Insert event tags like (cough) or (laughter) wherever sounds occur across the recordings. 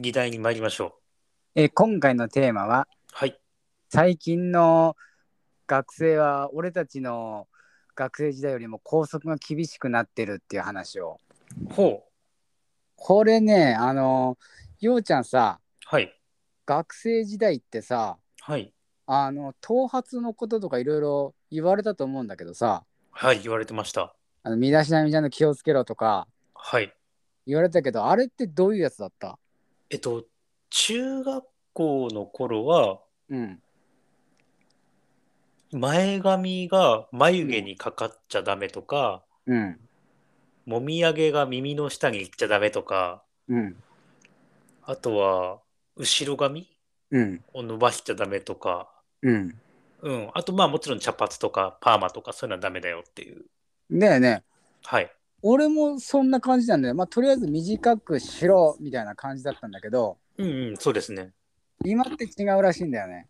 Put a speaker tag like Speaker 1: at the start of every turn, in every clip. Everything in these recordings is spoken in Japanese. Speaker 1: 議題に参りましょ
Speaker 2: えー今回のテーマは
Speaker 1: う。はい。
Speaker 2: 最近の学生は俺たちの学生時代よりも校則が厳しくなってるっていう話を
Speaker 1: ほう。
Speaker 2: これねあのようちゃんさ
Speaker 1: はい。
Speaker 2: 学生時代ってさ
Speaker 1: はい。
Speaker 2: あの頭髪のこととかいろいろ言われたと思うんだけどさ
Speaker 1: はい。言われてました。
Speaker 2: あの身だしなみちゃんの気をつけろとか
Speaker 1: はい。
Speaker 2: 言われたけどあれってどういうやつだった
Speaker 1: えっと、中学校の頃は、
Speaker 2: うん
Speaker 1: 前髪が眉毛にかかっちゃダメとか、
Speaker 2: うん
Speaker 1: もみあげが耳の下に行っちゃダメとか、
Speaker 2: うん
Speaker 1: あとは、後ろ髪
Speaker 2: うん
Speaker 1: を伸ばしちゃダメとか、
Speaker 2: うん
Speaker 1: うん。あと、まあもちろん茶髪とかパーマとかそういうのはダメだよっていう。
Speaker 2: だよね
Speaker 1: はい。
Speaker 2: 俺もそんな感じなんだよ。まあ、とりあえず短くしろみたいな感じだったんだけど、
Speaker 1: うんうん、そうですね。
Speaker 2: 今って違うらしいんだよね。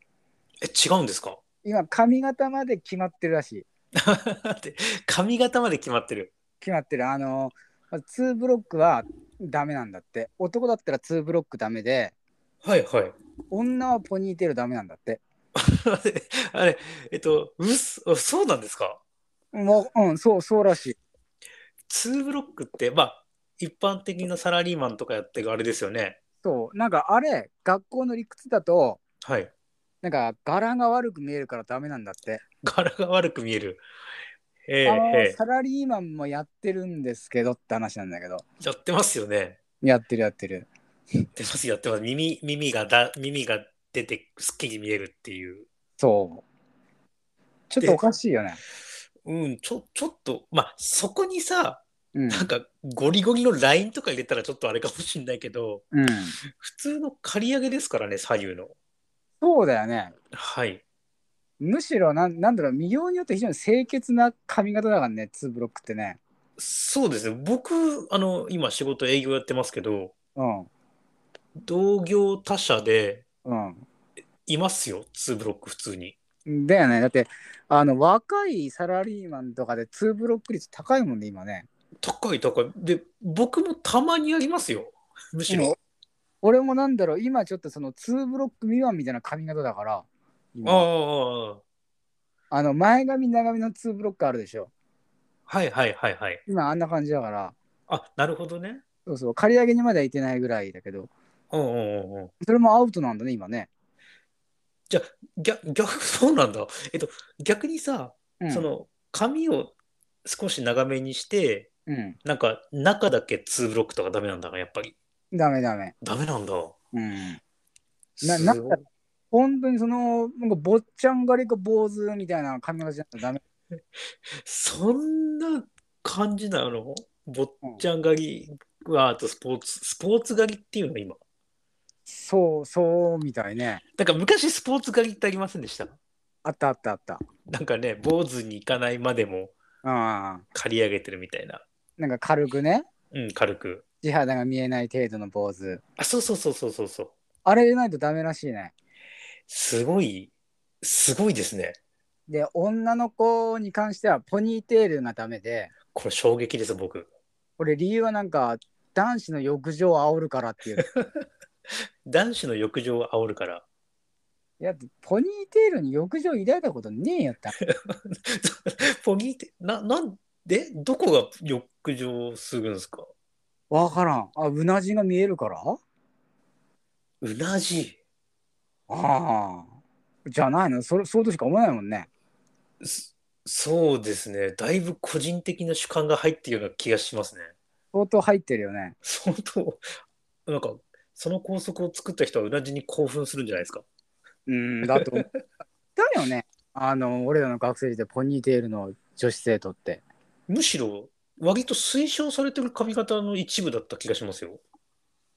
Speaker 1: え、違うんですか (laughs)
Speaker 2: 今、髪型まで決まってるらしい。
Speaker 1: って髪型まで決まってる。
Speaker 2: 決まってる。あの、2ブロックはダメなんだって。男だったら2ブロックダメで、
Speaker 1: はいはい。
Speaker 2: 女はポニーテールダメなんだって。
Speaker 1: あれ、あれえっと、うっす、あそうなんですか
Speaker 2: もう、うん、そう、そうらしい。
Speaker 1: ?2 ブロックって、まあ、一般的なサラリーマンとかやってるあれですよね。
Speaker 2: そう、なんかあれ、学校の理屈だと、
Speaker 1: はい。
Speaker 2: なんか柄が悪く見えるからダメなんだって。
Speaker 1: 柄が悪く見える。ええ
Speaker 2: あの
Speaker 1: ええ
Speaker 2: サラリーマンもやってるんですけどって話なんだけど、
Speaker 1: やってますよね。
Speaker 2: やってるやってる。
Speaker 1: やってます、やってます。耳、耳がだ、耳が出て、すっきり見えるっていう。
Speaker 2: そう。ちょっとおかしいよね。
Speaker 1: うん、ちょ、ちょっと、まあ、そこにさ、
Speaker 2: うん。
Speaker 1: なんか、ゴリゴリのラインとか入れたらちょっとあれかもしんないけど、
Speaker 2: うん、
Speaker 1: 普通の刈り上げですからね、左右の。
Speaker 2: そうだよね。
Speaker 1: はい。
Speaker 2: むしろなん、なんだろう、見ようによって非常に清潔な髪型だからね、2ブロックってね。
Speaker 1: そうですね。僕、あの、今仕事営業やってますけど、
Speaker 2: うん。
Speaker 1: 同業他社で
Speaker 2: う
Speaker 1: いますよ、2ブロック普通に。
Speaker 2: ん。だよね。だって、あの、若いサラリーマンとかで2ブロック率高いもんね、今ね。
Speaker 1: 高い高い。で、僕もたまにやりますよ。むし
Speaker 2: うん
Speaker 1: ろ。
Speaker 2: 俺もなんだろう、今ちょっとその2ブロック未満みたいな髪型だから、
Speaker 1: ああ
Speaker 2: 今。
Speaker 1: ああ、
Speaker 2: あの、前髪、長髪の2ブロックあるでしょ。
Speaker 1: はいはいはいはい。
Speaker 2: 今、あんな感じだから、
Speaker 1: あ、なるほどね。
Speaker 2: そうそう、刈り上げにまではいてないぐらいだけど、
Speaker 1: うんうんうんうん。
Speaker 2: それもアウトなんだね、今ね。
Speaker 1: 逆、 (laughs) 逆、そうなんだ。えっと、逆にさ、
Speaker 2: うん、
Speaker 1: そ、の、髪を少し長めにして、
Speaker 2: うん、
Speaker 1: なんか、中だけ2ブロックとかダメなんだが、やっぱり。
Speaker 2: ダメダメ。
Speaker 1: ダメなんだ。
Speaker 2: うん、な
Speaker 1: す
Speaker 2: な
Speaker 1: ご
Speaker 2: ん
Speaker 1: い
Speaker 2: か本当にそのなんか坊ちゃん狩りか坊主みたいな髪型じゃないとダメ
Speaker 1: そんな感じなの坊っちゃん狩りはあとスポーツ、スポーツ狩りっていうの今。
Speaker 2: そうそうみたいね
Speaker 1: なんか昔スポーツ狩りってありませんでした
Speaker 2: あったあったあった
Speaker 1: なんかね、坊主に行かないまでも
Speaker 2: あ
Speaker 1: 刈り上げてるみたいな。
Speaker 2: なんか軽くね
Speaker 1: うん、軽く。
Speaker 2: 地肌が見えない程度の坊主
Speaker 1: あ、そうそうそうそうそうそう。
Speaker 2: あれでないとダメらしいね
Speaker 1: すごい、すごいですね。
Speaker 2: で女の子に関してはポニーテールがダメで
Speaker 1: これ衝撃です、僕。
Speaker 2: これ理由はなんか男子の浴場を煽るからっていう (laughs)
Speaker 1: 男子の浴場を煽るから。 (laughs)
Speaker 2: いやポニーテールに浴場抱いたことねえよって
Speaker 1: ポニーって、な、なんでどこが浴場をするんですか
Speaker 2: 分からんあうなじが見えるから
Speaker 1: うなじ。
Speaker 2: ああじゃないのそれそうとしか思えないもんね
Speaker 1: そそうですね。だいぶ個人的な主観が入っているような気がしますね。 (laughs)
Speaker 2: 相当入ってるよね
Speaker 1: 相当、なんか、その校則を作った人はうなじに興奮するんじゃないですか。
Speaker 2: うんだと思う (laughs) だよねあの俺らの学生時代ポニーテールの女子生徒って
Speaker 1: むしろ、割と推奨されてる髪型の一部だった気がしますよ。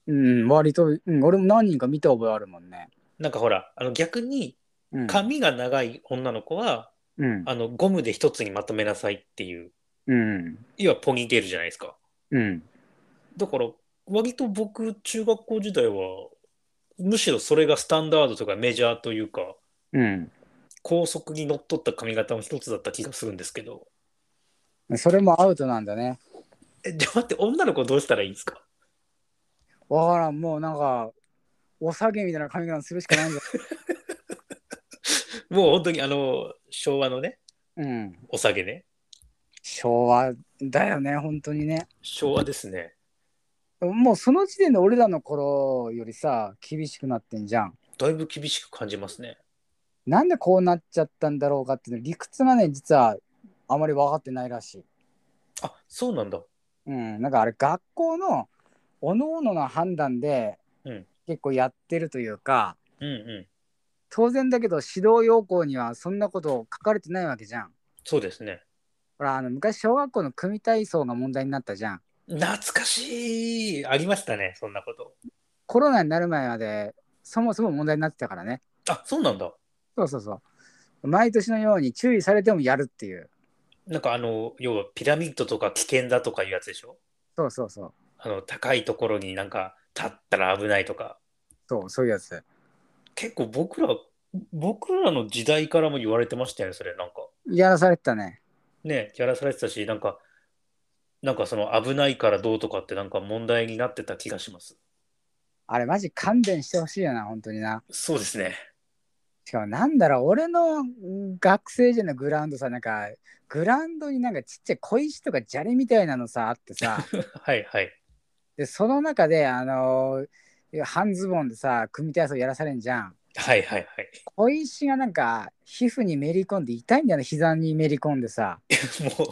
Speaker 2: うん割と、うん、俺も何人か見た覚えあるもんね
Speaker 1: なんかほら、あの逆に
Speaker 2: うん
Speaker 1: 髪が長い女の子は、
Speaker 2: うん
Speaker 1: あのゴムで一つにまとめなさいっていう、
Speaker 2: うん
Speaker 1: 要はポニーテールじゃないですか。
Speaker 2: うん
Speaker 1: だから、割と僕、中学校時代は、むしろそれがスタンダードとかメジャーというか、
Speaker 2: うん
Speaker 1: 高速に乗っ取った髪型の一つだった気がするんですけど。
Speaker 2: それもアウトなんだね
Speaker 1: え、じゃあ待って、女の子どうしたらいいんですか
Speaker 2: わからん、もうなんか、お下げみたいな髪型にするしかないんだ。 (laughs)
Speaker 1: もう本当にあの、昭和のね、
Speaker 2: うん。
Speaker 1: お酒ね。
Speaker 2: 昭和だよね、本当にね。
Speaker 1: 昭和ですね。
Speaker 2: もうその時点で俺らの頃よりさ、厳しくなってんじゃん。
Speaker 1: だいぶ厳しく感じますね。
Speaker 2: なんでこうなっちゃったんだろうかっていうの理屈がね、実はあまり分かってないらしい。
Speaker 1: あ、そうなんだ。
Speaker 2: うん、なんかあれ学校のおのおのの判断で
Speaker 1: うん
Speaker 2: 結構やってるというか、
Speaker 1: うんうん。
Speaker 2: 当然だけど指導要項にはそんなこと書かれてないわけじゃん。
Speaker 1: そうですね。
Speaker 2: ほらあの昔小学校の組体操が問題になったじゃん。
Speaker 1: 懐かしい。ありましたね、そんなこと。
Speaker 2: コロナになる前までそもそも問題になってたからね。
Speaker 1: あ、そうなんだ。
Speaker 2: そうそうそう。毎年のように注意されてもやるっていう。
Speaker 1: なんかあの、要はピラミッドとか危険だとかいうやつでしょ
Speaker 2: そうそうそう。
Speaker 1: あの、高いところになんか立ったら危ないとか。
Speaker 2: そうそういうやつ。
Speaker 1: 結構僕ら、僕らの時代からも言われてましたよね、それ。なんか。
Speaker 2: やらされてたね。
Speaker 1: ね、やらされてたし、なんか、なんかその危ないからどうとかってなんか問題になってた気がします。
Speaker 2: あれマジ勘弁してほしいよな、本当にな。
Speaker 1: そうですね。
Speaker 2: しかもなんだろう俺のうん学生時代のグラウンドさなんかグラウンドになんかちっちゃい小石とか砂利みたいなのさあって
Speaker 1: (laughs)
Speaker 2: さ
Speaker 1: はいはい。
Speaker 2: でその中であのー半ズボンでさ組体操やらされんじゃん
Speaker 1: はいはいはい。
Speaker 2: 小石がなんか皮膚にめり込んで痛いんだよね膝にめり込んでさ
Speaker 1: (laughs) もう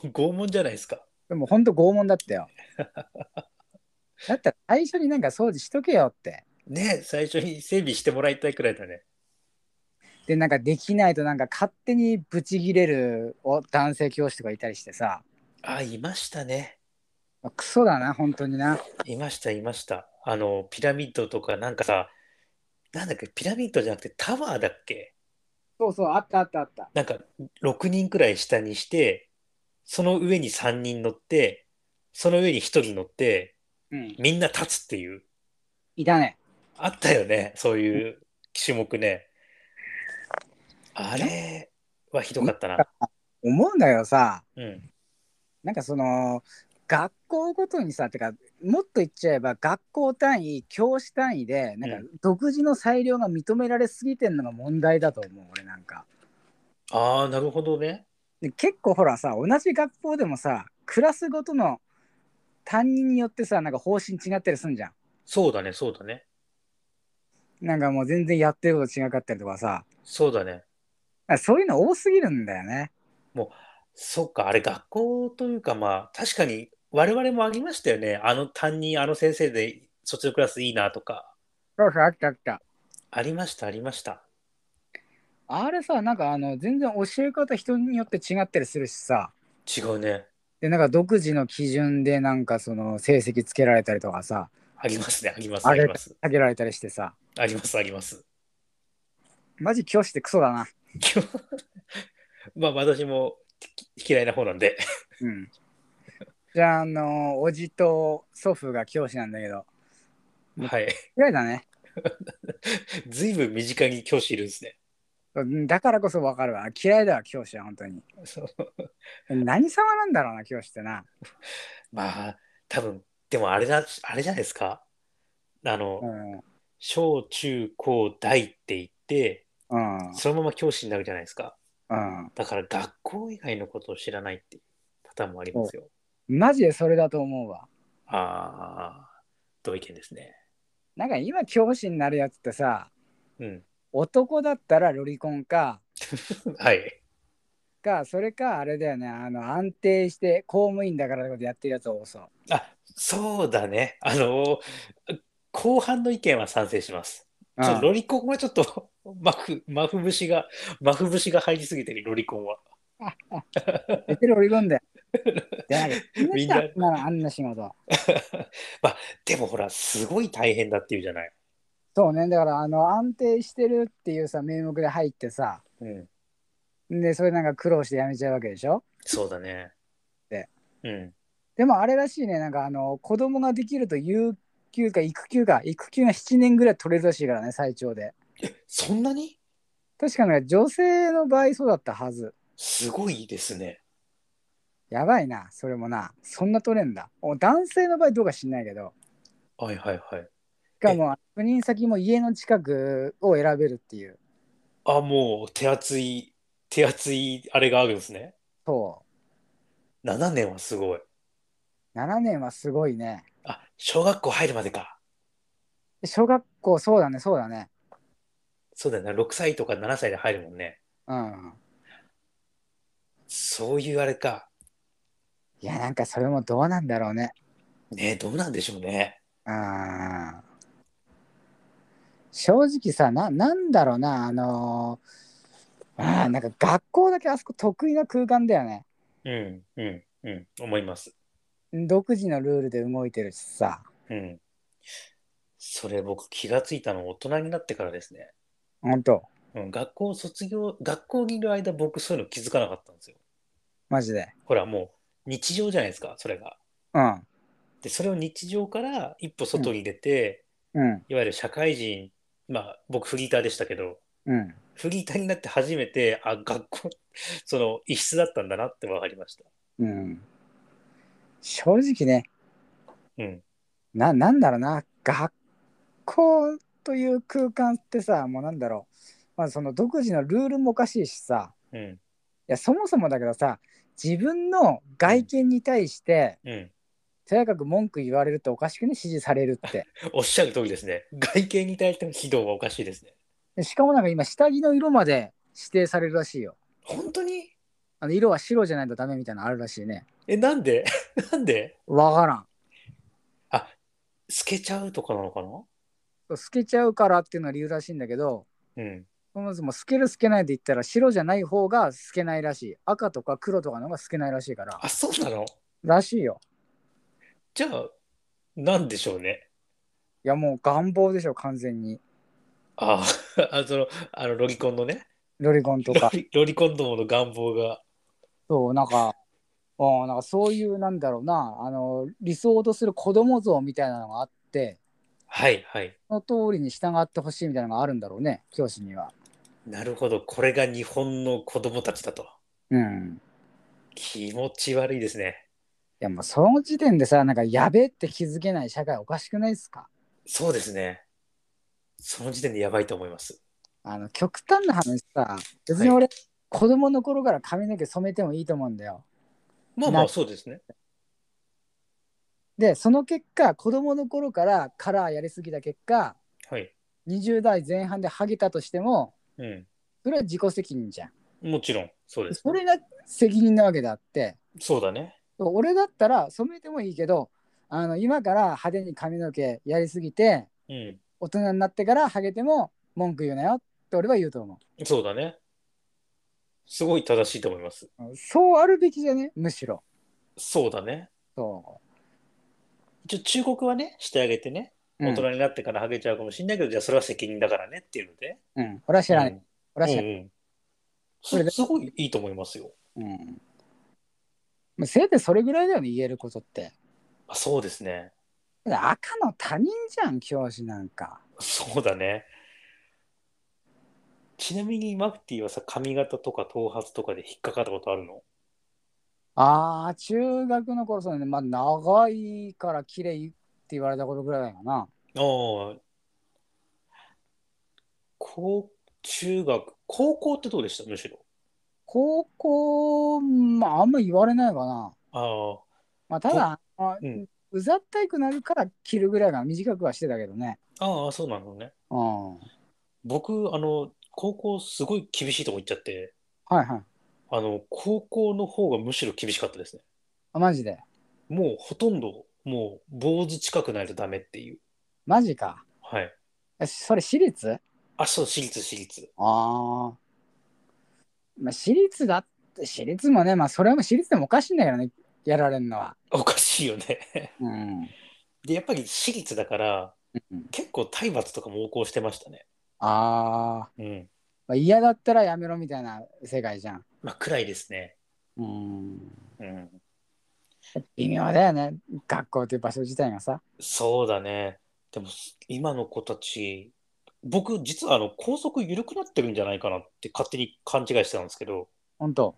Speaker 1: 拷問じゃないですか。
Speaker 2: でもほんと拷問だったよだったら最初になんか掃除しとけよって
Speaker 1: ね最初に整備してもらいたいくらいだね。
Speaker 2: でなんかできないとなんか勝手にブチギレるお男性教師とかいたりしてさ
Speaker 1: あ、いましたね。
Speaker 2: クソだな本当にない
Speaker 1: ましたいました。あの、ピラミッドとかなんかさ、なんだっけ、ピラミッドじゃなくてタワーだっけ
Speaker 2: そうそう、あったあったあった。
Speaker 1: なんか6人くらい下にして、その上に3人乗って、その上に1人乗って、
Speaker 2: うん。
Speaker 1: みんな立つっていう。
Speaker 2: いたね。
Speaker 1: あったよね、そういう種目ね。あれはひどかったな。
Speaker 2: 思うんだけどさ、
Speaker 1: うん。
Speaker 2: なんかその、学校ごとにさ、てか、もっと言っちゃえば、学校単位、教師単位で、なんか独自の裁量が認められすぎてんのが問題だと思う、俺なんか。
Speaker 1: ああ、なるほどね。
Speaker 2: で結構ほらさ、同じ学校でもさ、クラスごとの担任によってさ、なんか方針違ったりすんじゃん。
Speaker 1: そうだね、そうだね。
Speaker 2: なんかもう全然やってること違かったりとかさ、
Speaker 1: そうだね。
Speaker 2: なんかそういうの多すぎるんだよね。
Speaker 1: そっか、あれ学校というかまあ、確かに我々もありましたよね。あの担任、あの先生で卒業クラスいいなとか。
Speaker 2: そうそう、あったあった。
Speaker 1: ありました、ありました。
Speaker 2: あれさ、なんかあの、全然教え方人によって違ったりするしさ、
Speaker 1: 違うね。
Speaker 2: で、なんか独自の基準でなんかその成績つけられたりとかさ、
Speaker 1: ありますね、あります、
Speaker 2: あ
Speaker 1: あ
Speaker 2: れ
Speaker 1: ります。
Speaker 2: 下げられたりしてさ、
Speaker 1: あります、あります。 (laughs)
Speaker 2: マジ教師ってクソだな。
Speaker 1: 今日まあ、私も嫌いな方なんで。
Speaker 2: うん。じゃあ、あの、おじと祖父が教師なんだけど、
Speaker 1: はい。
Speaker 2: 嫌いだね。
Speaker 1: ずいぶん身近に教師いるんですね。
Speaker 2: うんだからこそわかるわ。嫌いだわ、教師は本当に。
Speaker 1: そう
Speaker 2: 何様なんだろうな、教師ってな。
Speaker 1: まあ、多分、でもあれだ、あれじゃないですか。あの、
Speaker 2: うん。
Speaker 1: 小中高大って言って、
Speaker 2: うん。
Speaker 1: そのまま教師になるじゃないですか。
Speaker 2: うん。
Speaker 1: だから学校以外のことを知らないっていうパターンもありますよ。
Speaker 2: マジでそれだと思うわ。
Speaker 1: ああ、同意見ですね。
Speaker 2: なんか今、教師になるやつってさ、
Speaker 1: うん。
Speaker 2: 男だったらロリコンか、
Speaker 1: はい。
Speaker 2: か、それか、あれだよね、あの、安定して公務員だからってことやってるやつ多そう。
Speaker 1: あ、そうだね。あの、後半の意見は賛成します。ちょっと
Speaker 2: う
Speaker 1: ロ
Speaker 2: ん
Speaker 1: リコンはちょっと、マフ、マフ節が、マフ節が入りすぎてる、ロリコンは。
Speaker 2: 寝てる俺い
Speaker 1: (laughs)
Speaker 2: るんだよ。でなんか
Speaker 1: みんな
Speaker 2: あんなあんな仕事。
Speaker 1: でもほら、すごい大変だっていうじゃない。
Speaker 2: そうね、だから、あの、安定してるっていうさ、名目で入ってさ、
Speaker 1: うん。
Speaker 2: で、それなんか苦労して辞めちゃうわけでしょ
Speaker 1: そうだね。
Speaker 2: で
Speaker 1: うん。
Speaker 2: でもあれらしいね、なんかあの、子供ができると有給か育休か、育休が7年ぐらい取れるらしいからね、最長で。
Speaker 1: そんなに
Speaker 2: 確かに女性の場合そうだったはず。
Speaker 1: すごいですね。
Speaker 2: やばいな、それもな。そんな取れんだ。お男性の場合どうか知んないけど。
Speaker 1: はいはいはい。
Speaker 2: かも赴任先も家の近くを選べるっていう
Speaker 1: あ、もう手厚い、手厚いあれがあるんですね。
Speaker 2: そ
Speaker 1: 7年はすごい。
Speaker 2: う7年はすごいね
Speaker 1: あ、小学校入るまでか。
Speaker 2: 小学校そうだねそうだね
Speaker 1: そうだよね。6歳とか7歳で入るもんね。
Speaker 2: うん
Speaker 1: そういうあれか。
Speaker 2: いやなんかそれもどうなんだろうね
Speaker 1: ねどうなんでしょうね。
Speaker 2: あー正直さななんだろうなあのーあーなんか学校だけあそこ得意な空間だよね
Speaker 1: うん、うん、うん。思います。
Speaker 2: 独自のルールで動いてるしさ
Speaker 1: うん。それ僕気がついたの大人になってからですね。
Speaker 2: ほんと
Speaker 1: うん、学校卒業、学校にいる間僕そういうの気づかなかったんですよ。
Speaker 2: マジで
Speaker 1: ほらもう日常じゃないですか、それが。
Speaker 2: うん
Speaker 1: で、それを日常から一歩外に出て、
Speaker 2: うん
Speaker 1: いわゆる社会人、まあ僕フリーターでしたけど、
Speaker 2: うん
Speaker 1: フリーターになって初めて、あ、学校、 (laughs) その異質だったんだなって分かりました。
Speaker 2: うん正直ね
Speaker 1: うん。
Speaker 2: ななんだろうな学校という空間ってさもうなんだろうまあその独自のルールもおかしいしさ
Speaker 1: うん。
Speaker 2: いやそもそもだけどさ自分の外見に対して、
Speaker 1: うん。
Speaker 2: とやかく文句言われるっておかしくね支持されるって
Speaker 1: おっしゃる通りですね。外見に対しての非道はおかしいですね。
Speaker 2: でしかもなんか今下着の色まで指定されるらしいよ
Speaker 1: 本当に
Speaker 2: あの色は白じゃないとダメみたいなのあるらしいね
Speaker 1: え、なんで (laughs) なんで
Speaker 2: わからん
Speaker 1: 透けちゃうとかなのかな
Speaker 2: そう透けちゃうからっていうのが理由らしいんだけど
Speaker 1: うん。
Speaker 2: そもそも透ける透けないで言ったら白じゃない方が透けないらしい赤とか黒とかの方が透けないらしいから
Speaker 1: あ、そうなの
Speaker 2: らしいよ
Speaker 1: じゃあ、なんでしょうね。
Speaker 2: いやもう願望でしょ完全に
Speaker 1: ああ、その、あの、ロリコンのね。
Speaker 2: ロリコンと
Speaker 1: ロ (laughs)
Speaker 2: か
Speaker 1: リロリコンどもの願望が。
Speaker 2: そうなんかうんなんかそういうなんだろうなあの理想とする子供像みたいなのがあって
Speaker 1: はい、はい。
Speaker 2: その通りに従ってほしいみたいなのがあるんだろうね教師には。
Speaker 1: なるほど。これが日本の子供たちだと。
Speaker 2: うん、
Speaker 1: 気持ち悪いですね。
Speaker 2: いやもうその時点でさなんかやべえって気づけない社会おかしくないですか
Speaker 1: そうですね。その時点でやばいと思います。
Speaker 2: あの極端な話さ別に俺、子供の頃から髪の毛染めてもいいと思うんだよ。
Speaker 1: まあまあ、
Speaker 2: な
Speaker 1: そうですね。
Speaker 2: でその結果子供の頃からカラーやりすぎた結果
Speaker 1: はい。
Speaker 2: 20代前半でハゲたとしても
Speaker 1: う
Speaker 2: それは自己責任じゃん。
Speaker 1: ん。もちろん、そうです
Speaker 2: そ。れが責任なわけであって
Speaker 1: そうだね。
Speaker 2: 俺だったら染めてもいいけどあの今から派手に髪の毛やりすぎて
Speaker 1: うん。
Speaker 2: 大人になってからハゲても文句言うなよって俺は言うと思
Speaker 1: そうだね。すごい正しいと思います。
Speaker 2: うそうあるべきじゃねむしろ
Speaker 1: そうだね。
Speaker 2: そ
Speaker 1: 一応、忠告はね、してあげてね。
Speaker 2: う、うん、
Speaker 1: 大人になってからハゲちゃうかもしれないけど、じゃあそれは責任だからねっていうので。
Speaker 2: うん俺は知らない、
Speaker 1: うん
Speaker 2: 俺は知ら
Speaker 1: う
Speaker 2: ない、
Speaker 1: んうん
Speaker 2: これです
Speaker 1: ごいいいと思いますよ。
Speaker 2: うんまあせいぜいそれぐらいだよね言えることって
Speaker 1: あそうですね。
Speaker 2: だって赤の他人じゃん教師なんか
Speaker 1: そうだね。ちなみにマフティーはさ髪型とか頭髪とかで引っかかったことあるの
Speaker 2: あー中学の頃そうだねまあ長いから綺麗って言われたことぐらいだよな
Speaker 1: ああ。高中学高校ってどうでしたむしろ。
Speaker 2: 高校まああんま言われないかな
Speaker 1: あ
Speaker 2: まあ、ただ、あ
Speaker 1: うん
Speaker 2: うざったいくなるから着るぐらいが短くはしてたけどね。
Speaker 1: あああそうなのね。
Speaker 2: うん。はい
Speaker 1: 僕あの高校すごい厳しいとこ行っちゃって
Speaker 2: はい。
Speaker 1: あの高校の方がむしろ厳しかったですね。
Speaker 2: あマジで。
Speaker 1: もうほとんどもう坊主近くないとダメっていう。
Speaker 2: マジか。
Speaker 1: はい。
Speaker 2: えそれ私立あ
Speaker 1: あそう私立私立。
Speaker 2: あ。まあ、私立だって、私立もね、まあ、それも私立でもおかしいんだけどね、やられるのは。
Speaker 1: おかしいよね。
Speaker 2: うん。
Speaker 1: でやっぱり私立だから
Speaker 2: うん
Speaker 1: 結構体罰とかも横行してましたね。
Speaker 2: ああ。
Speaker 1: うん。
Speaker 2: まあ、嫌だったらやめろみたいな世界じゃん。
Speaker 1: まあ暗いですね。
Speaker 2: うん。
Speaker 1: うん。
Speaker 2: 微妙だよね、学校という場所自体がさ。
Speaker 1: そうだね。でも今の子たち僕実はあの校則緩くなってるんじゃないかなって勝手に勘違いしてたんですけど
Speaker 2: ほんと。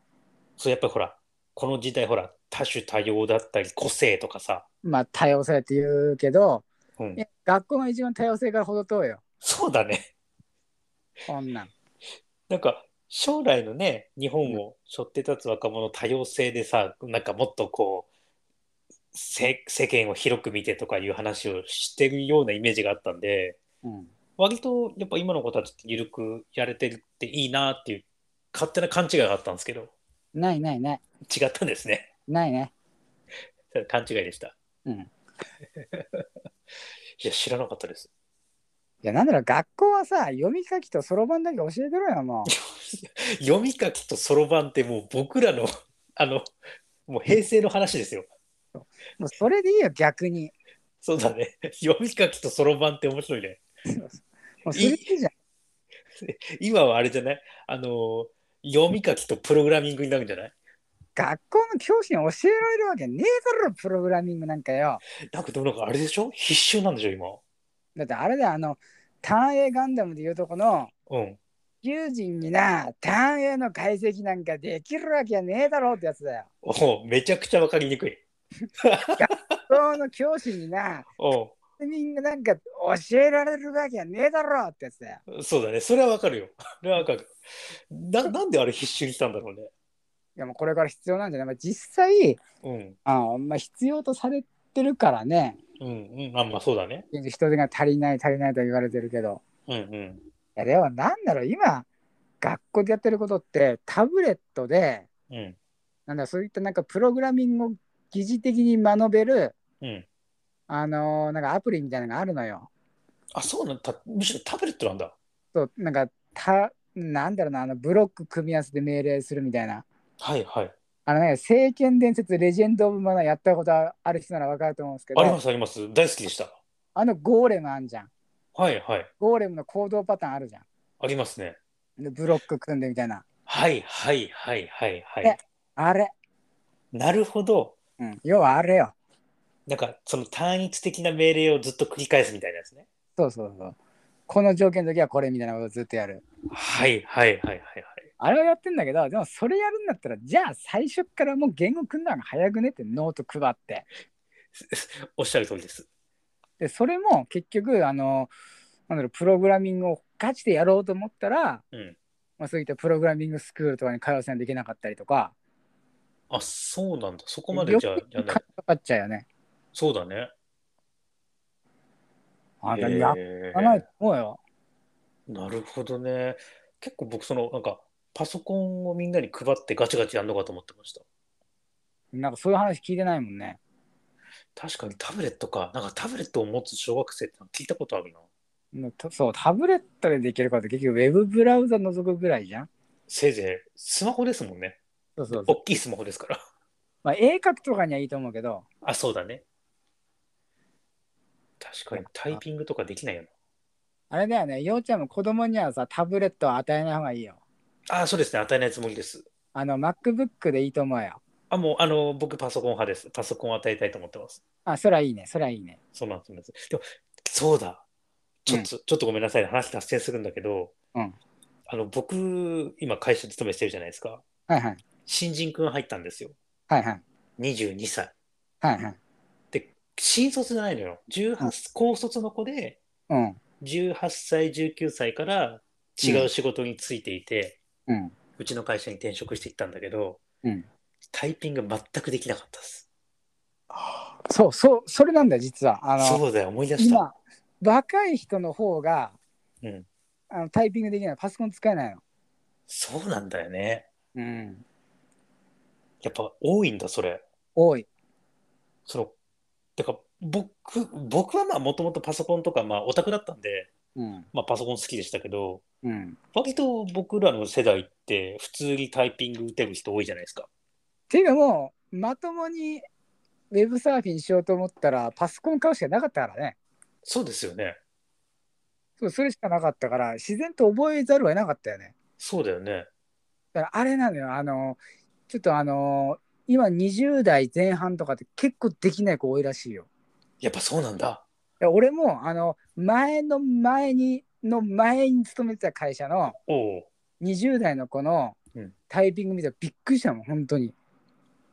Speaker 1: そうやっぱりほらこの時代ほら多種多様だったり個性とかさ
Speaker 2: まあ、多様性って言うけど、
Speaker 1: うん
Speaker 2: いや学校の一番多様性から程遠いよ
Speaker 1: そうだね。
Speaker 2: こんなん
Speaker 1: なんか将来のね、日本を背負って立つ若者多様性でさ、なんかもっとこう、せ世間を広く見てとかいう話をしてるようなイメージがあったんで、
Speaker 2: うん
Speaker 1: 割とやっぱ今の子たちって緩くやれてるっていいなっていう勝手な勘違いがあったんですけど、
Speaker 2: ないないない
Speaker 1: 違ったんですね。
Speaker 2: ないね
Speaker 1: それ勘違いでした。
Speaker 2: うん
Speaker 1: いや、知らなかったです。
Speaker 2: いやなんだろう学校はさ読み書きとそろばんだけ教えてろよ (laughs) も
Speaker 1: 読み書きとそろばんってもう僕らの、あの、もう平成の話ですよ。
Speaker 2: うもうそれでいいよ逆に
Speaker 1: そうだね。読み書きとそろばんって面白いね。
Speaker 2: もうそれでいいじゃん
Speaker 1: 今はあれじゃないあのー、読み書きとプログラミングになるんじゃない
Speaker 2: 学校の教師に教えられるわけねえだろプログラミングなんかよ
Speaker 1: なんかでもなんかあれでしょ必修なんでしょ今。
Speaker 2: だってあれだよあの単影ガンダムでいうとこの
Speaker 1: うん。
Speaker 2: 地球人にな単影の解析なんかできるわけねえだろってやつだよ
Speaker 1: おうめちゃくちゃわかりにくい。
Speaker 2: 学校の教師にな
Speaker 1: お
Speaker 2: プログラミングなんか教えられるわけねえだろってやつだよ
Speaker 1: うそうだね。それはわかるよ。それはわかる。な、なんであれ必修にしたんだろうね。
Speaker 2: いやもうこれから必要なんじゃない、まあ、実際
Speaker 1: うん。
Speaker 2: あの、まあ、必要とされてるからね
Speaker 1: うんうん。あ、まあそうだね。
Speaker 2: 人手が足りない足りないと言われてるけど
Speaker 1: うんうん。
Speaker 2: いやでもなんだろう今学校でやってることってタブレットで
Speaker 1: うん。
Speaker 2: なんだろうそういったなんかプログラミングを疑似的に学べる
Speaker 1: うん。
Speaker 2: あのーなんかアプリみたいなのがあるのよ。
Speaker 1: あ、そうなんだ。むしろタブレットなんだ。
Speaker 2: そうなんかたなんだろうなあのブロック組み合わせで命令するみたいな。
Speaker 1: はいはい。
Speaker 2: あのね、聖剣伝説レジェンド・オブ・マナーやったことある人ならわかると思うんですけ
Speaker 1: ありま
Speaker 2: ど、
Speaker 1: すあります。大好きでした。
Speaker 2: あのゴーレムあんじゃん。
Speaker 1: はいはい。
Speaker 2: ゴーレムの行動パターンあるじゃ
Speaker 1: ありますね。
Speaker 2: ん。でブロック組んでみたいな。
Speaker 1: はいはいはいはいは
Speaker 2: え
Speaker 1: い。
Speaker 2: あれ、
Speaker 1: なるほど。
Speaker 2: うん、要はあれよ。
Speaker 1: なんかその単一的な命令をずっと繰り返すみたいなやつね。
Speaker 2: そうそうそう。この条件の時はこれみたいなことをずっとやる。
Speaker 1: はいはいはいはいはい。
Speaker 2: あれはやってんだけど、でもそれやるんだったら、じゃあ最初からもう言語組んだのが早くねってノート配って。
Speaker 1: おっしゃる通りです。
Speaker 2: で、それも結局、あの、なんだろう、プログラミングをガチでやろうと思ったら、
Speaker 1: うん。
Speaker 2: まあ、そういったプログラミングスクールとかに通わせないといけなかったりとか、
Speaker 1: あそうなんだ。そこまでじゃあやんない
Speaker 2: か。かっちゃうよね。
Speaker 1: そうだね。
Speaker 2: あ、
Speaker 1: へー
Speaker 2: やらないと思うよ。
Speaker 1: なるほどね。結構僕そのなんかパソコンをみんなに配ってガチガチやんのかと思ってました。
Speaker 2: なんかそういう話聞いてないもんね。
Speaker 1: 確かにタブレットか。なんかタブレットを持つ小学生って聞いたことあるな。
Speaker 2: もうとそう、タブレットでできること結局ウェブブラウザ覗くぐらいじゃん。
Speaker 1: せいぜいスマホですもんね。
Speaker 2: そうそうそう。
Speaker 1: 大きいスマホですから。
Speaker 2: まあ、絵描くとかにはいいと思うけど、
Speaker 1: あ、そうだね。確かにタイピングとかできないよな。
Speaker 2: あれだよね、ようちゃんも子供にはさ、タブレットを与えない方がいいよ。
Speaker 1: あ、そうですね。与えないつもりです。
Speaker 2: あの、MacBook でいいと思うよ。
Speaker 1: あ、もう、あの、僕、パソコン派です。パソコンを与えたいと思ってます。
Speaker 2: あ、そりゃいいね、そりゃいいね。
Speaker 1: そうなんです。でも、そうだ。ちょっと、ちょっとごめんなさいね。話脱線するんだけど、
Speaker 2: うん
Speaker 1: あの、僕、今、会社勤めしてるじゃないですか。
Speaker 2: はいはい。
Speaker 1: 新人くん入ったんですよ。
Speaker 2: はいはい。
Speaker 1: 22歳。
Speaker 2: はいはい。
Speaker 1: で、新卒じゃないのよ。
Speaker 2: うん
Speaker 1: 18、高卒の子で、
Speaker 2: うん。
Speaker 1: 18歳、19歳から違う仕事についていて、
Speaker 2: うん。
Speaker 1: うちの会社に転職していったんだけど、
Speaker 2: うん。
Speaker 1: タイピング全くできなかったです。
Speaker 2: そうそう、それなんだよ、実は。あの、
Speaker 1: そうだよ、思い出した。
Speaker 2: 今、若い人の方が、
Speaker 1: うん
Speaker 2: あのタイピングできない、パソコン使えないの。
Speaker 1: そうなんだよね。
Speaker 2: うん。
Speaker 1: やっぱ多いんだ、それ。
Speaker 2: 多い。
Speaker 1: その、てか、僕、僕はまあ、もともとパソコンとか、まあ、オタクだったんで、
Speaker 2: うん。
Speaker 1: まあ、パソコン好きでしたけど、
Speaker 2: うん。
Speaker 1: 割と僕らの世代って、普通にタイピング打てる人多いじゃないですか。
Speaker 2: ていうかもう、まともにウェブサーフィンしようと思ったら、パソコン買うしかなかったからね。
Speaker 1: そうですよね。
Speaker 2: そう、それしかなかったから、自然と覚えざるを得なかったよね。
Speaker 1: そうだよね。
Speaker 2: だからあれなのよあのちょっとあの今20代前半とかって結構できない子多いらしいよ。
Speaker 1: やっぱそうなんだ。
Speaker 2: いや俺もあの前の前にの前に勤めてた会社の
Speaker 1: おお、
Speaker 2: 20代の子の
Speaker 1: うん
Speaker 2: タイピング見たらびっくりしたもん本当に。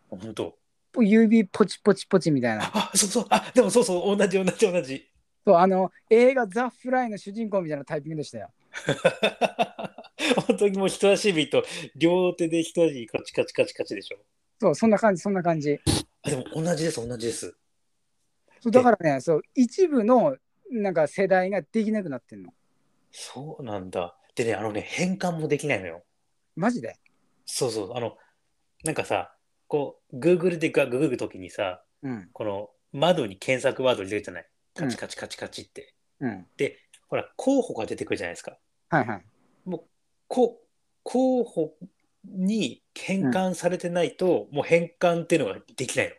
Speaker 1: 本当。
Speaker 2: 指ポチポチポチみたいな。
Speaker 1: あ、そうそう。あ、でもそうそう。同じ、同じ、同じ。 (laughs)
Speaker 2: そうあの映画「ザ・フライ」の主人公みたいなタイピングでしたよ。
Speaker 1: 本当にもう人差し指と両手で人差し指カチカチカチカチでしょ。
Speaker 2: そうそんな感じそんな感じ。
Speaker 1: あ、でも同じです、同じです。
Speaker 2: そう
Speaker 1: で
Speaker 2: だからねそう一部のなんか世代ができなくなってんの。
Speaker 1: そうなんだ。でね、あのね、変換もできないのよ。
Speaker 2: マジで
Speaker 1: そうそう、あの、なんかさ、こう、Google でガググるときにさ、
Speaker 2: うん
Speaker 1: この窓に検索ワード入れるじゃない。カチカチカチカチって。
Speaker 2: うん
Speaker 1: ほら、候補が出てくるじゃないですか。
Speaker 2: はいはい。
Speaker 1: こ候補に変換されてないと、もう変換っていうのができないの。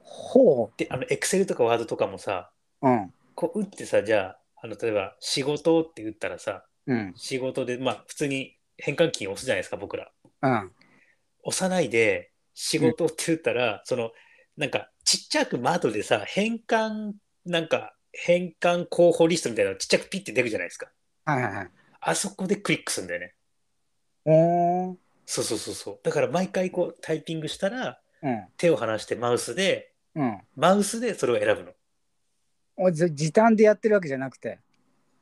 Speaker 2: ほ
Speaker 1: で、あの、Excel とかワードとかもさ、
Speaker 2: う。うん
Speaker 1: こう打ってさ、じゃあ、あの例えば仕事って打ったらさ、
Speaker 2: うん
Speaker 1: 仕事で、まあ、普通に変換キーを押すじゃないですか、僕ら。
Speaker 2: うん。
Speaker 1: 押さないで、仕事って言ったら、その、なんか、ちっちゃく窓でさ、変換、なんか、変換候補リストみたいなのちっちゃくピッて出るじゃないですか。
Speaker 2: はいはいはい。
Speaker 1: あそこでクリックするんだよね。
Speaker 2: おー
Speaker 1: そうそうそうそう。だから毎回こうタイピングしたら、
Speaker 2: うん
Speaker 1: 手を離してマウスで、
Speaker 2: うん。
Speaker 1: マウスでそれを選ぶの。
Speaker 2: おじ時短でやってるわけじゃなくて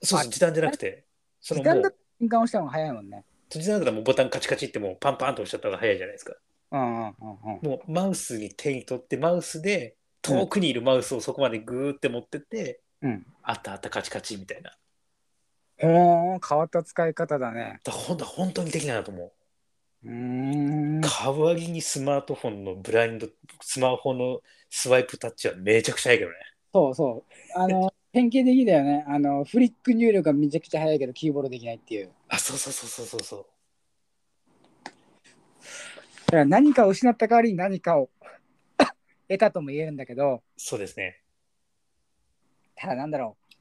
Speaker 1: そうそう、時短じゃなくて。その
Speaker 2: 時
Speaker 1: も
Speaker 2: 短だ
Speaker 1: う
Speaker 2: と、変換をした方が早いもんね。
Speaker 1: 時短だったらもうボタンカチカチってもうパンパンと押しちゃった方が早いじゃないですか。
Speaker 2: うんうんうんうん。
Speaker 1: もうマウスに手に取って、マウスで遠くにいるマウスをそこまでグーって持ってって、
Speaker 2: うん
Speaker 1: あったあったカチカチみたいな。
Speaker 2: ほー変わった使い方だね。
Speaker 1: だからほんと本当にできないなと思う。
Speaker 2: うーん。
Speaker 1: 代わりにスマートフォンのブラインド、スマホのスワイプタッチはめちゃくちゃ早いけどね。
Speaker 2: そうそう。あの、典型的だよね。あの、フリック入力がめちゃくちゃ早いけど、キーボードできないっていう。
Speaker 1: あ、そうそうそうそうそうそう。
Speaker 2: だから何かを失った代わりに何かを (coughs) 得たとも言えるんだけど、
Speaker 1: そうですね。
Speaker 2: ただなんだろう。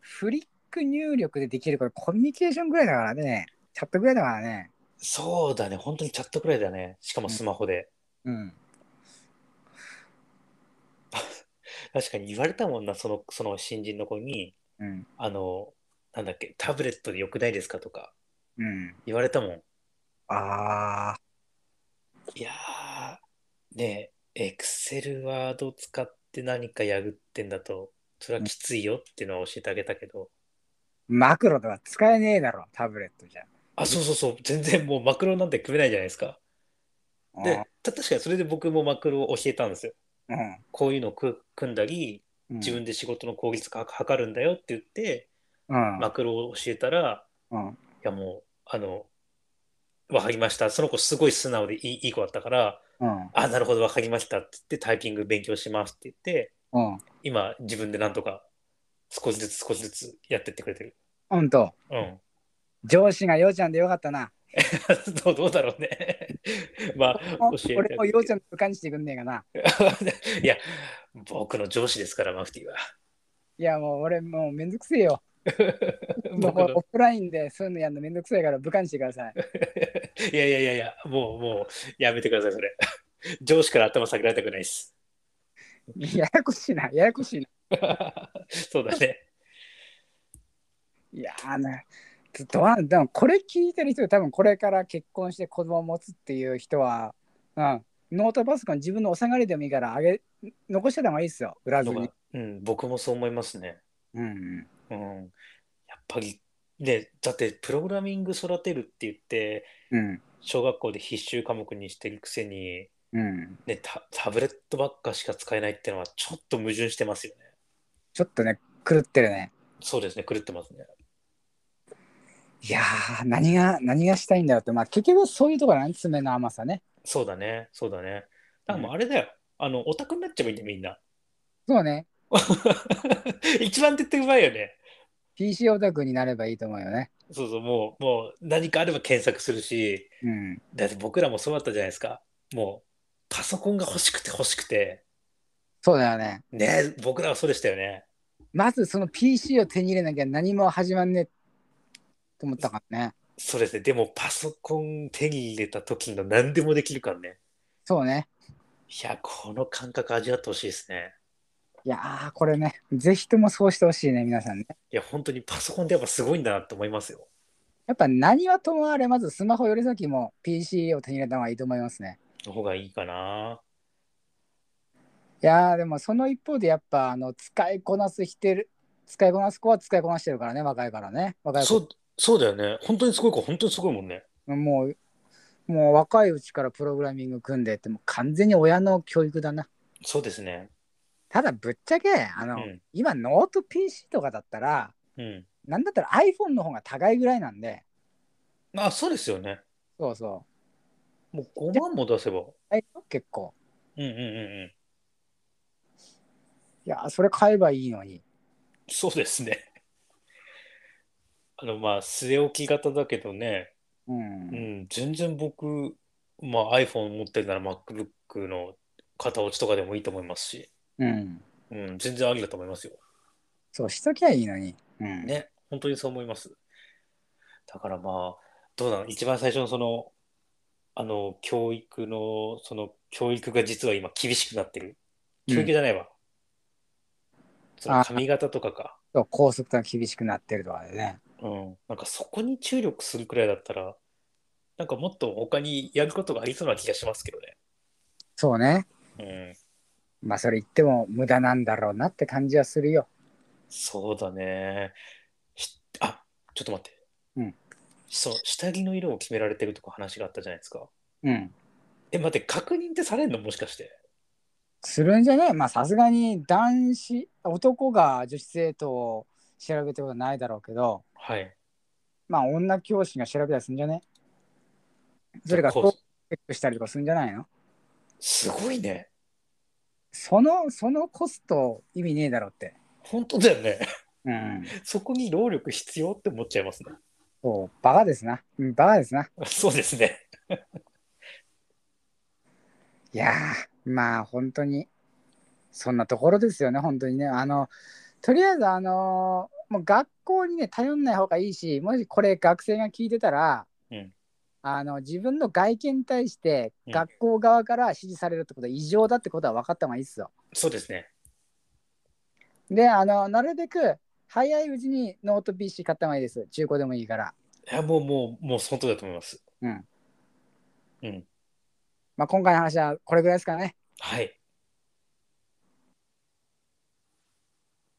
Speaker 2: フリック入力でできるから、コミュニケーションぐらいだからね。チャットぐらいだからね。
Speaker 1: そうだね。本当にチャットくらいだね。しかもスマホで。
Speaker 2: うん。
Speaker 1: 確かに言われたもんな、その、その新人の子に、
Speaker 2: うん。
Speaker 1: あの、なんだっけ、タブレットでよくないですかとか
Speaker 2: うん。
Speaker 1: 言われたもん。
Speaker 2: ああ。
Speaker 1: いやー、ねえ、エクセルワード使って何かやるってんだと、それはきついよっていうのは教えてあげたけど、
Speaker 2: マクロとか使えねえだろ、タブレットじゃ。
Speaker 1: あ、そうそうそう、全然もうマクロなんて組めないじゃないですか。で、た確かにそれで僕もマクロを教えたんですよ。
Speaker 2: うん、
Speaker 1: こういうのをく組んだり、
Speaker 2: うん。
Speaker 1: 自分で仕事の効率化測るんだよって言って、
Speaker 2: うん。
Speaker 1: マクロを教えたら、
Speaker 2: うん。
Speaker 1: いやもう、あの、わかりました。その子すごい素直でいいいい子だったから、
Speaker 2: うん。
Speaker 1: あ、なるほど、わかりましたって言ってタイピング勉強しますって言って、
Speaker 2: うん。
Speaker 1: 今自分でなんとか少しずつ少しずつやってってくれてる。
Speaker 2: ほんと。
Speaker 1: うん。 (laughs)
Speaker 2: 上司がようちゃんでよかったな。
Speaker 1: どうどうだろうね。 (laughs) まあ、教えてあげ
Speaker 2: 俺
Speaker 1: て
Speaker 2: もようちゃんの部下にしてくんねえかな。
Speaker 1: (laughs) いや、僕の上司ですから、マフティ
Speaker 2: (laughs)
Speaker 1: は。
Speaker 2: いやもう俺もうめんどくせえよ。もう
Speaker 1: 僕の
Speaker 2: オフラインでそういうのやるのめんどくせえから部下にしてください。
Speaker 1: いやいやいやいや、もうもうやめてください、それ。 (laughs) 上司から頭下げられたくないです。 (laughs)
Speaker 2: ややこしいな、ややこしいな。
Speaker 1: そうだね。
Speaker 2: いやーな、ずっとわでもこれ聞いてる人で多分これから結婚して子供を持つっていう人は、うん、ノートパソコン自分のお下がりでもいいからあげ残してた方がいいですよ、売らずに。
Speaker 1: うん、僕もそう思いますね。
Speaker 2: うん、
Speaker 1: うん、やっぱりねだってプログラミング育てるって言って
Speaker 2: うん、
Speaker 1: 小学校で必修科目にしてるくせに、
Speaker 2: うん。
Speaker 1: ね、タタブレットばっかしか使えないっていうのはちょっと矛盾してますよね。
Speaker 2: ちょっとね、狂ってるね。
Speaker 1: そうですね狂ってますね。
Speaker 2: いやー何が、何がしたいんだよって、まあ結局そういうところなんです、爪の甘さね。
Speaker 1: そうだねそうだね。だからもうあれだよ、あのオタクになっちゃえばいいんだよみんな。
Speaker 2: そうね、
Speaker 1: (laughs) 一番手っ取り早いよね。
Speaker 2: PC オタクになればいいと思うよね。
Speaker 1: そうそうもうもう何かあれば検索するし
Speaker 2: うん。
Speaker 1: だって僕らもそうだったじゃないですか。もうパソコンが欲しくて欲しくて
Speaker 2: そうだよね。
Speaker 1: ね僕らはそうでしたよね。
Speaker 2: まずその PC を手に入れなきゃ何も始まんねえと思ったからね。
Speaker 1: そうですね。でもパソコン手に入れた時の何でもできるからね。
Speaker 2: そうね。
Speaker 1: いや、この感覚味わってほしいですね。
Speaker 2: いやー、これね、ぜひともそうしてほしいね、皆さんね。
Speaker 1: いや、本当にパソコンってやっぱすごいんだなって思いますよ。
Speaker 2: やっぱ何はともあれ、まずスマホより先も PC を手に入れた方がいいと思いますね。
Speaker 1: の方がいいかな。
Speaker 2: いやーでもその一方でやっぱあの使いこなすしてる使いこなす子は使いこなしてるからね若いからね若い
Speaker 1: そ
Speaker 2: 子
Speaker 1: う、そうだよね。本当にすごい子、本当にすごいもんね。
Speaker 2: もうもう若いうちからプログラミング組んでってもう完全に親の教育だな
Speaker 1: そうですね。
Speaker 2: ただぶっちゃけあ
Speaker 1: う
Speaker 2: の、
Speaker 1: ん。
Speaker 2: 今ノート PC とかだったら
Speaker 1: うん。
Speaker 2: なんだったら iPhone の方が高いぐらいなんで
Speaker 1: まあ、そうですよね。
Speaker 2: そうそ
Speaker 1: もう5万も出せば。
Speaker 2: うはい結構
Speaker 1: うんうんうんうん。
Speaker 2: いやーそれ買えばいいのに
Speaker 1: そうですね。 (laughs) あの、まあ、据え置き型だけどね、
Speaker 2: うん、
Speaker 1: うん、全然僕、まあ、iPhone 持ってるなら MacBook の型落ちとかでもいいと思いますし、
Speaker 2: うん、
Speaker 1: うん、全然ありだと思いますよ。
Speaker 2: そうしときゃいいのに、うん、
Speaker 1: ね、本当にそう思います。だからまあ、どうなの一番最初のその、あの、教育の、その、教育が実は今厳しくなってる。教育じゃないわ。その髪型とかか。
Speaker 2: そう高速が厳しくなってるとかでね
Speaker 1: うん、なんかそこに注力するくらいだったら、なんかもっと他にやることがありそうな気がしますけど
Speaker 2: そうね
Speaker 1: ね。うん、
Speaker 2: まあそれ言っても無駄なんだろうなって感じはするよ。
Speaker 1: そうだね。ひあ、ちょっと待って。
Speaker 2: うん。
Speaker 1: そう、下着の色を決められてるとか話があったじゃないですか。
Speaker 2: うん。
Speaker 1: え、待って、確認ってされんのもしかして。
Speaker 2: するんじゃねまあさすがに男子男が女子生徒を調べたことはないだろうけど
Speaker 1: はい。
Speaker 2: まあ女教師が調べたりするんじゃねそれが
Speaker 1: こ
Speaker 2: チ
Speaker 1: う
Speaker 2: ェックしたりとかするんじゃないの
Speaker 1: すごいね。
Speaker 2: そのそのコスト意味ねえだろうって。
Speaker 1: 本当だよね。 (laughs)
Speaker 2: うん。
Speaker 1: そこに労力必要って思っちゃいますね。 (laughs)
Speaker 2: そうバカですな。うんバカですな。
Speaker 1: そうですね。
Speaker 2: いやーまあ本当にそんなところですよね本当にねあのとりあえずあのーもう学校にね頼んない方がいいしもしこれ学生が聞いてたら、
Speaker 1: うん
Speaker 2: あの自分の外見に対して
Speaker 1: うん
Speaker 2: 学校側から指示されるってことは異常だってことは分かった方がいいですよ。
Speaker 1: そうですね。
Speaker 2: であのなるべく早いうちにノート PC 買った方がいいです中古でもいいから。
Speaker 1: いや、もう、もう、もう、本当だと思います。
Speaker 2: うん
Speaker 1: うん。
Speaker 2: まあ、今回の話はこれぐらいですかね。
Speaker 1: はい。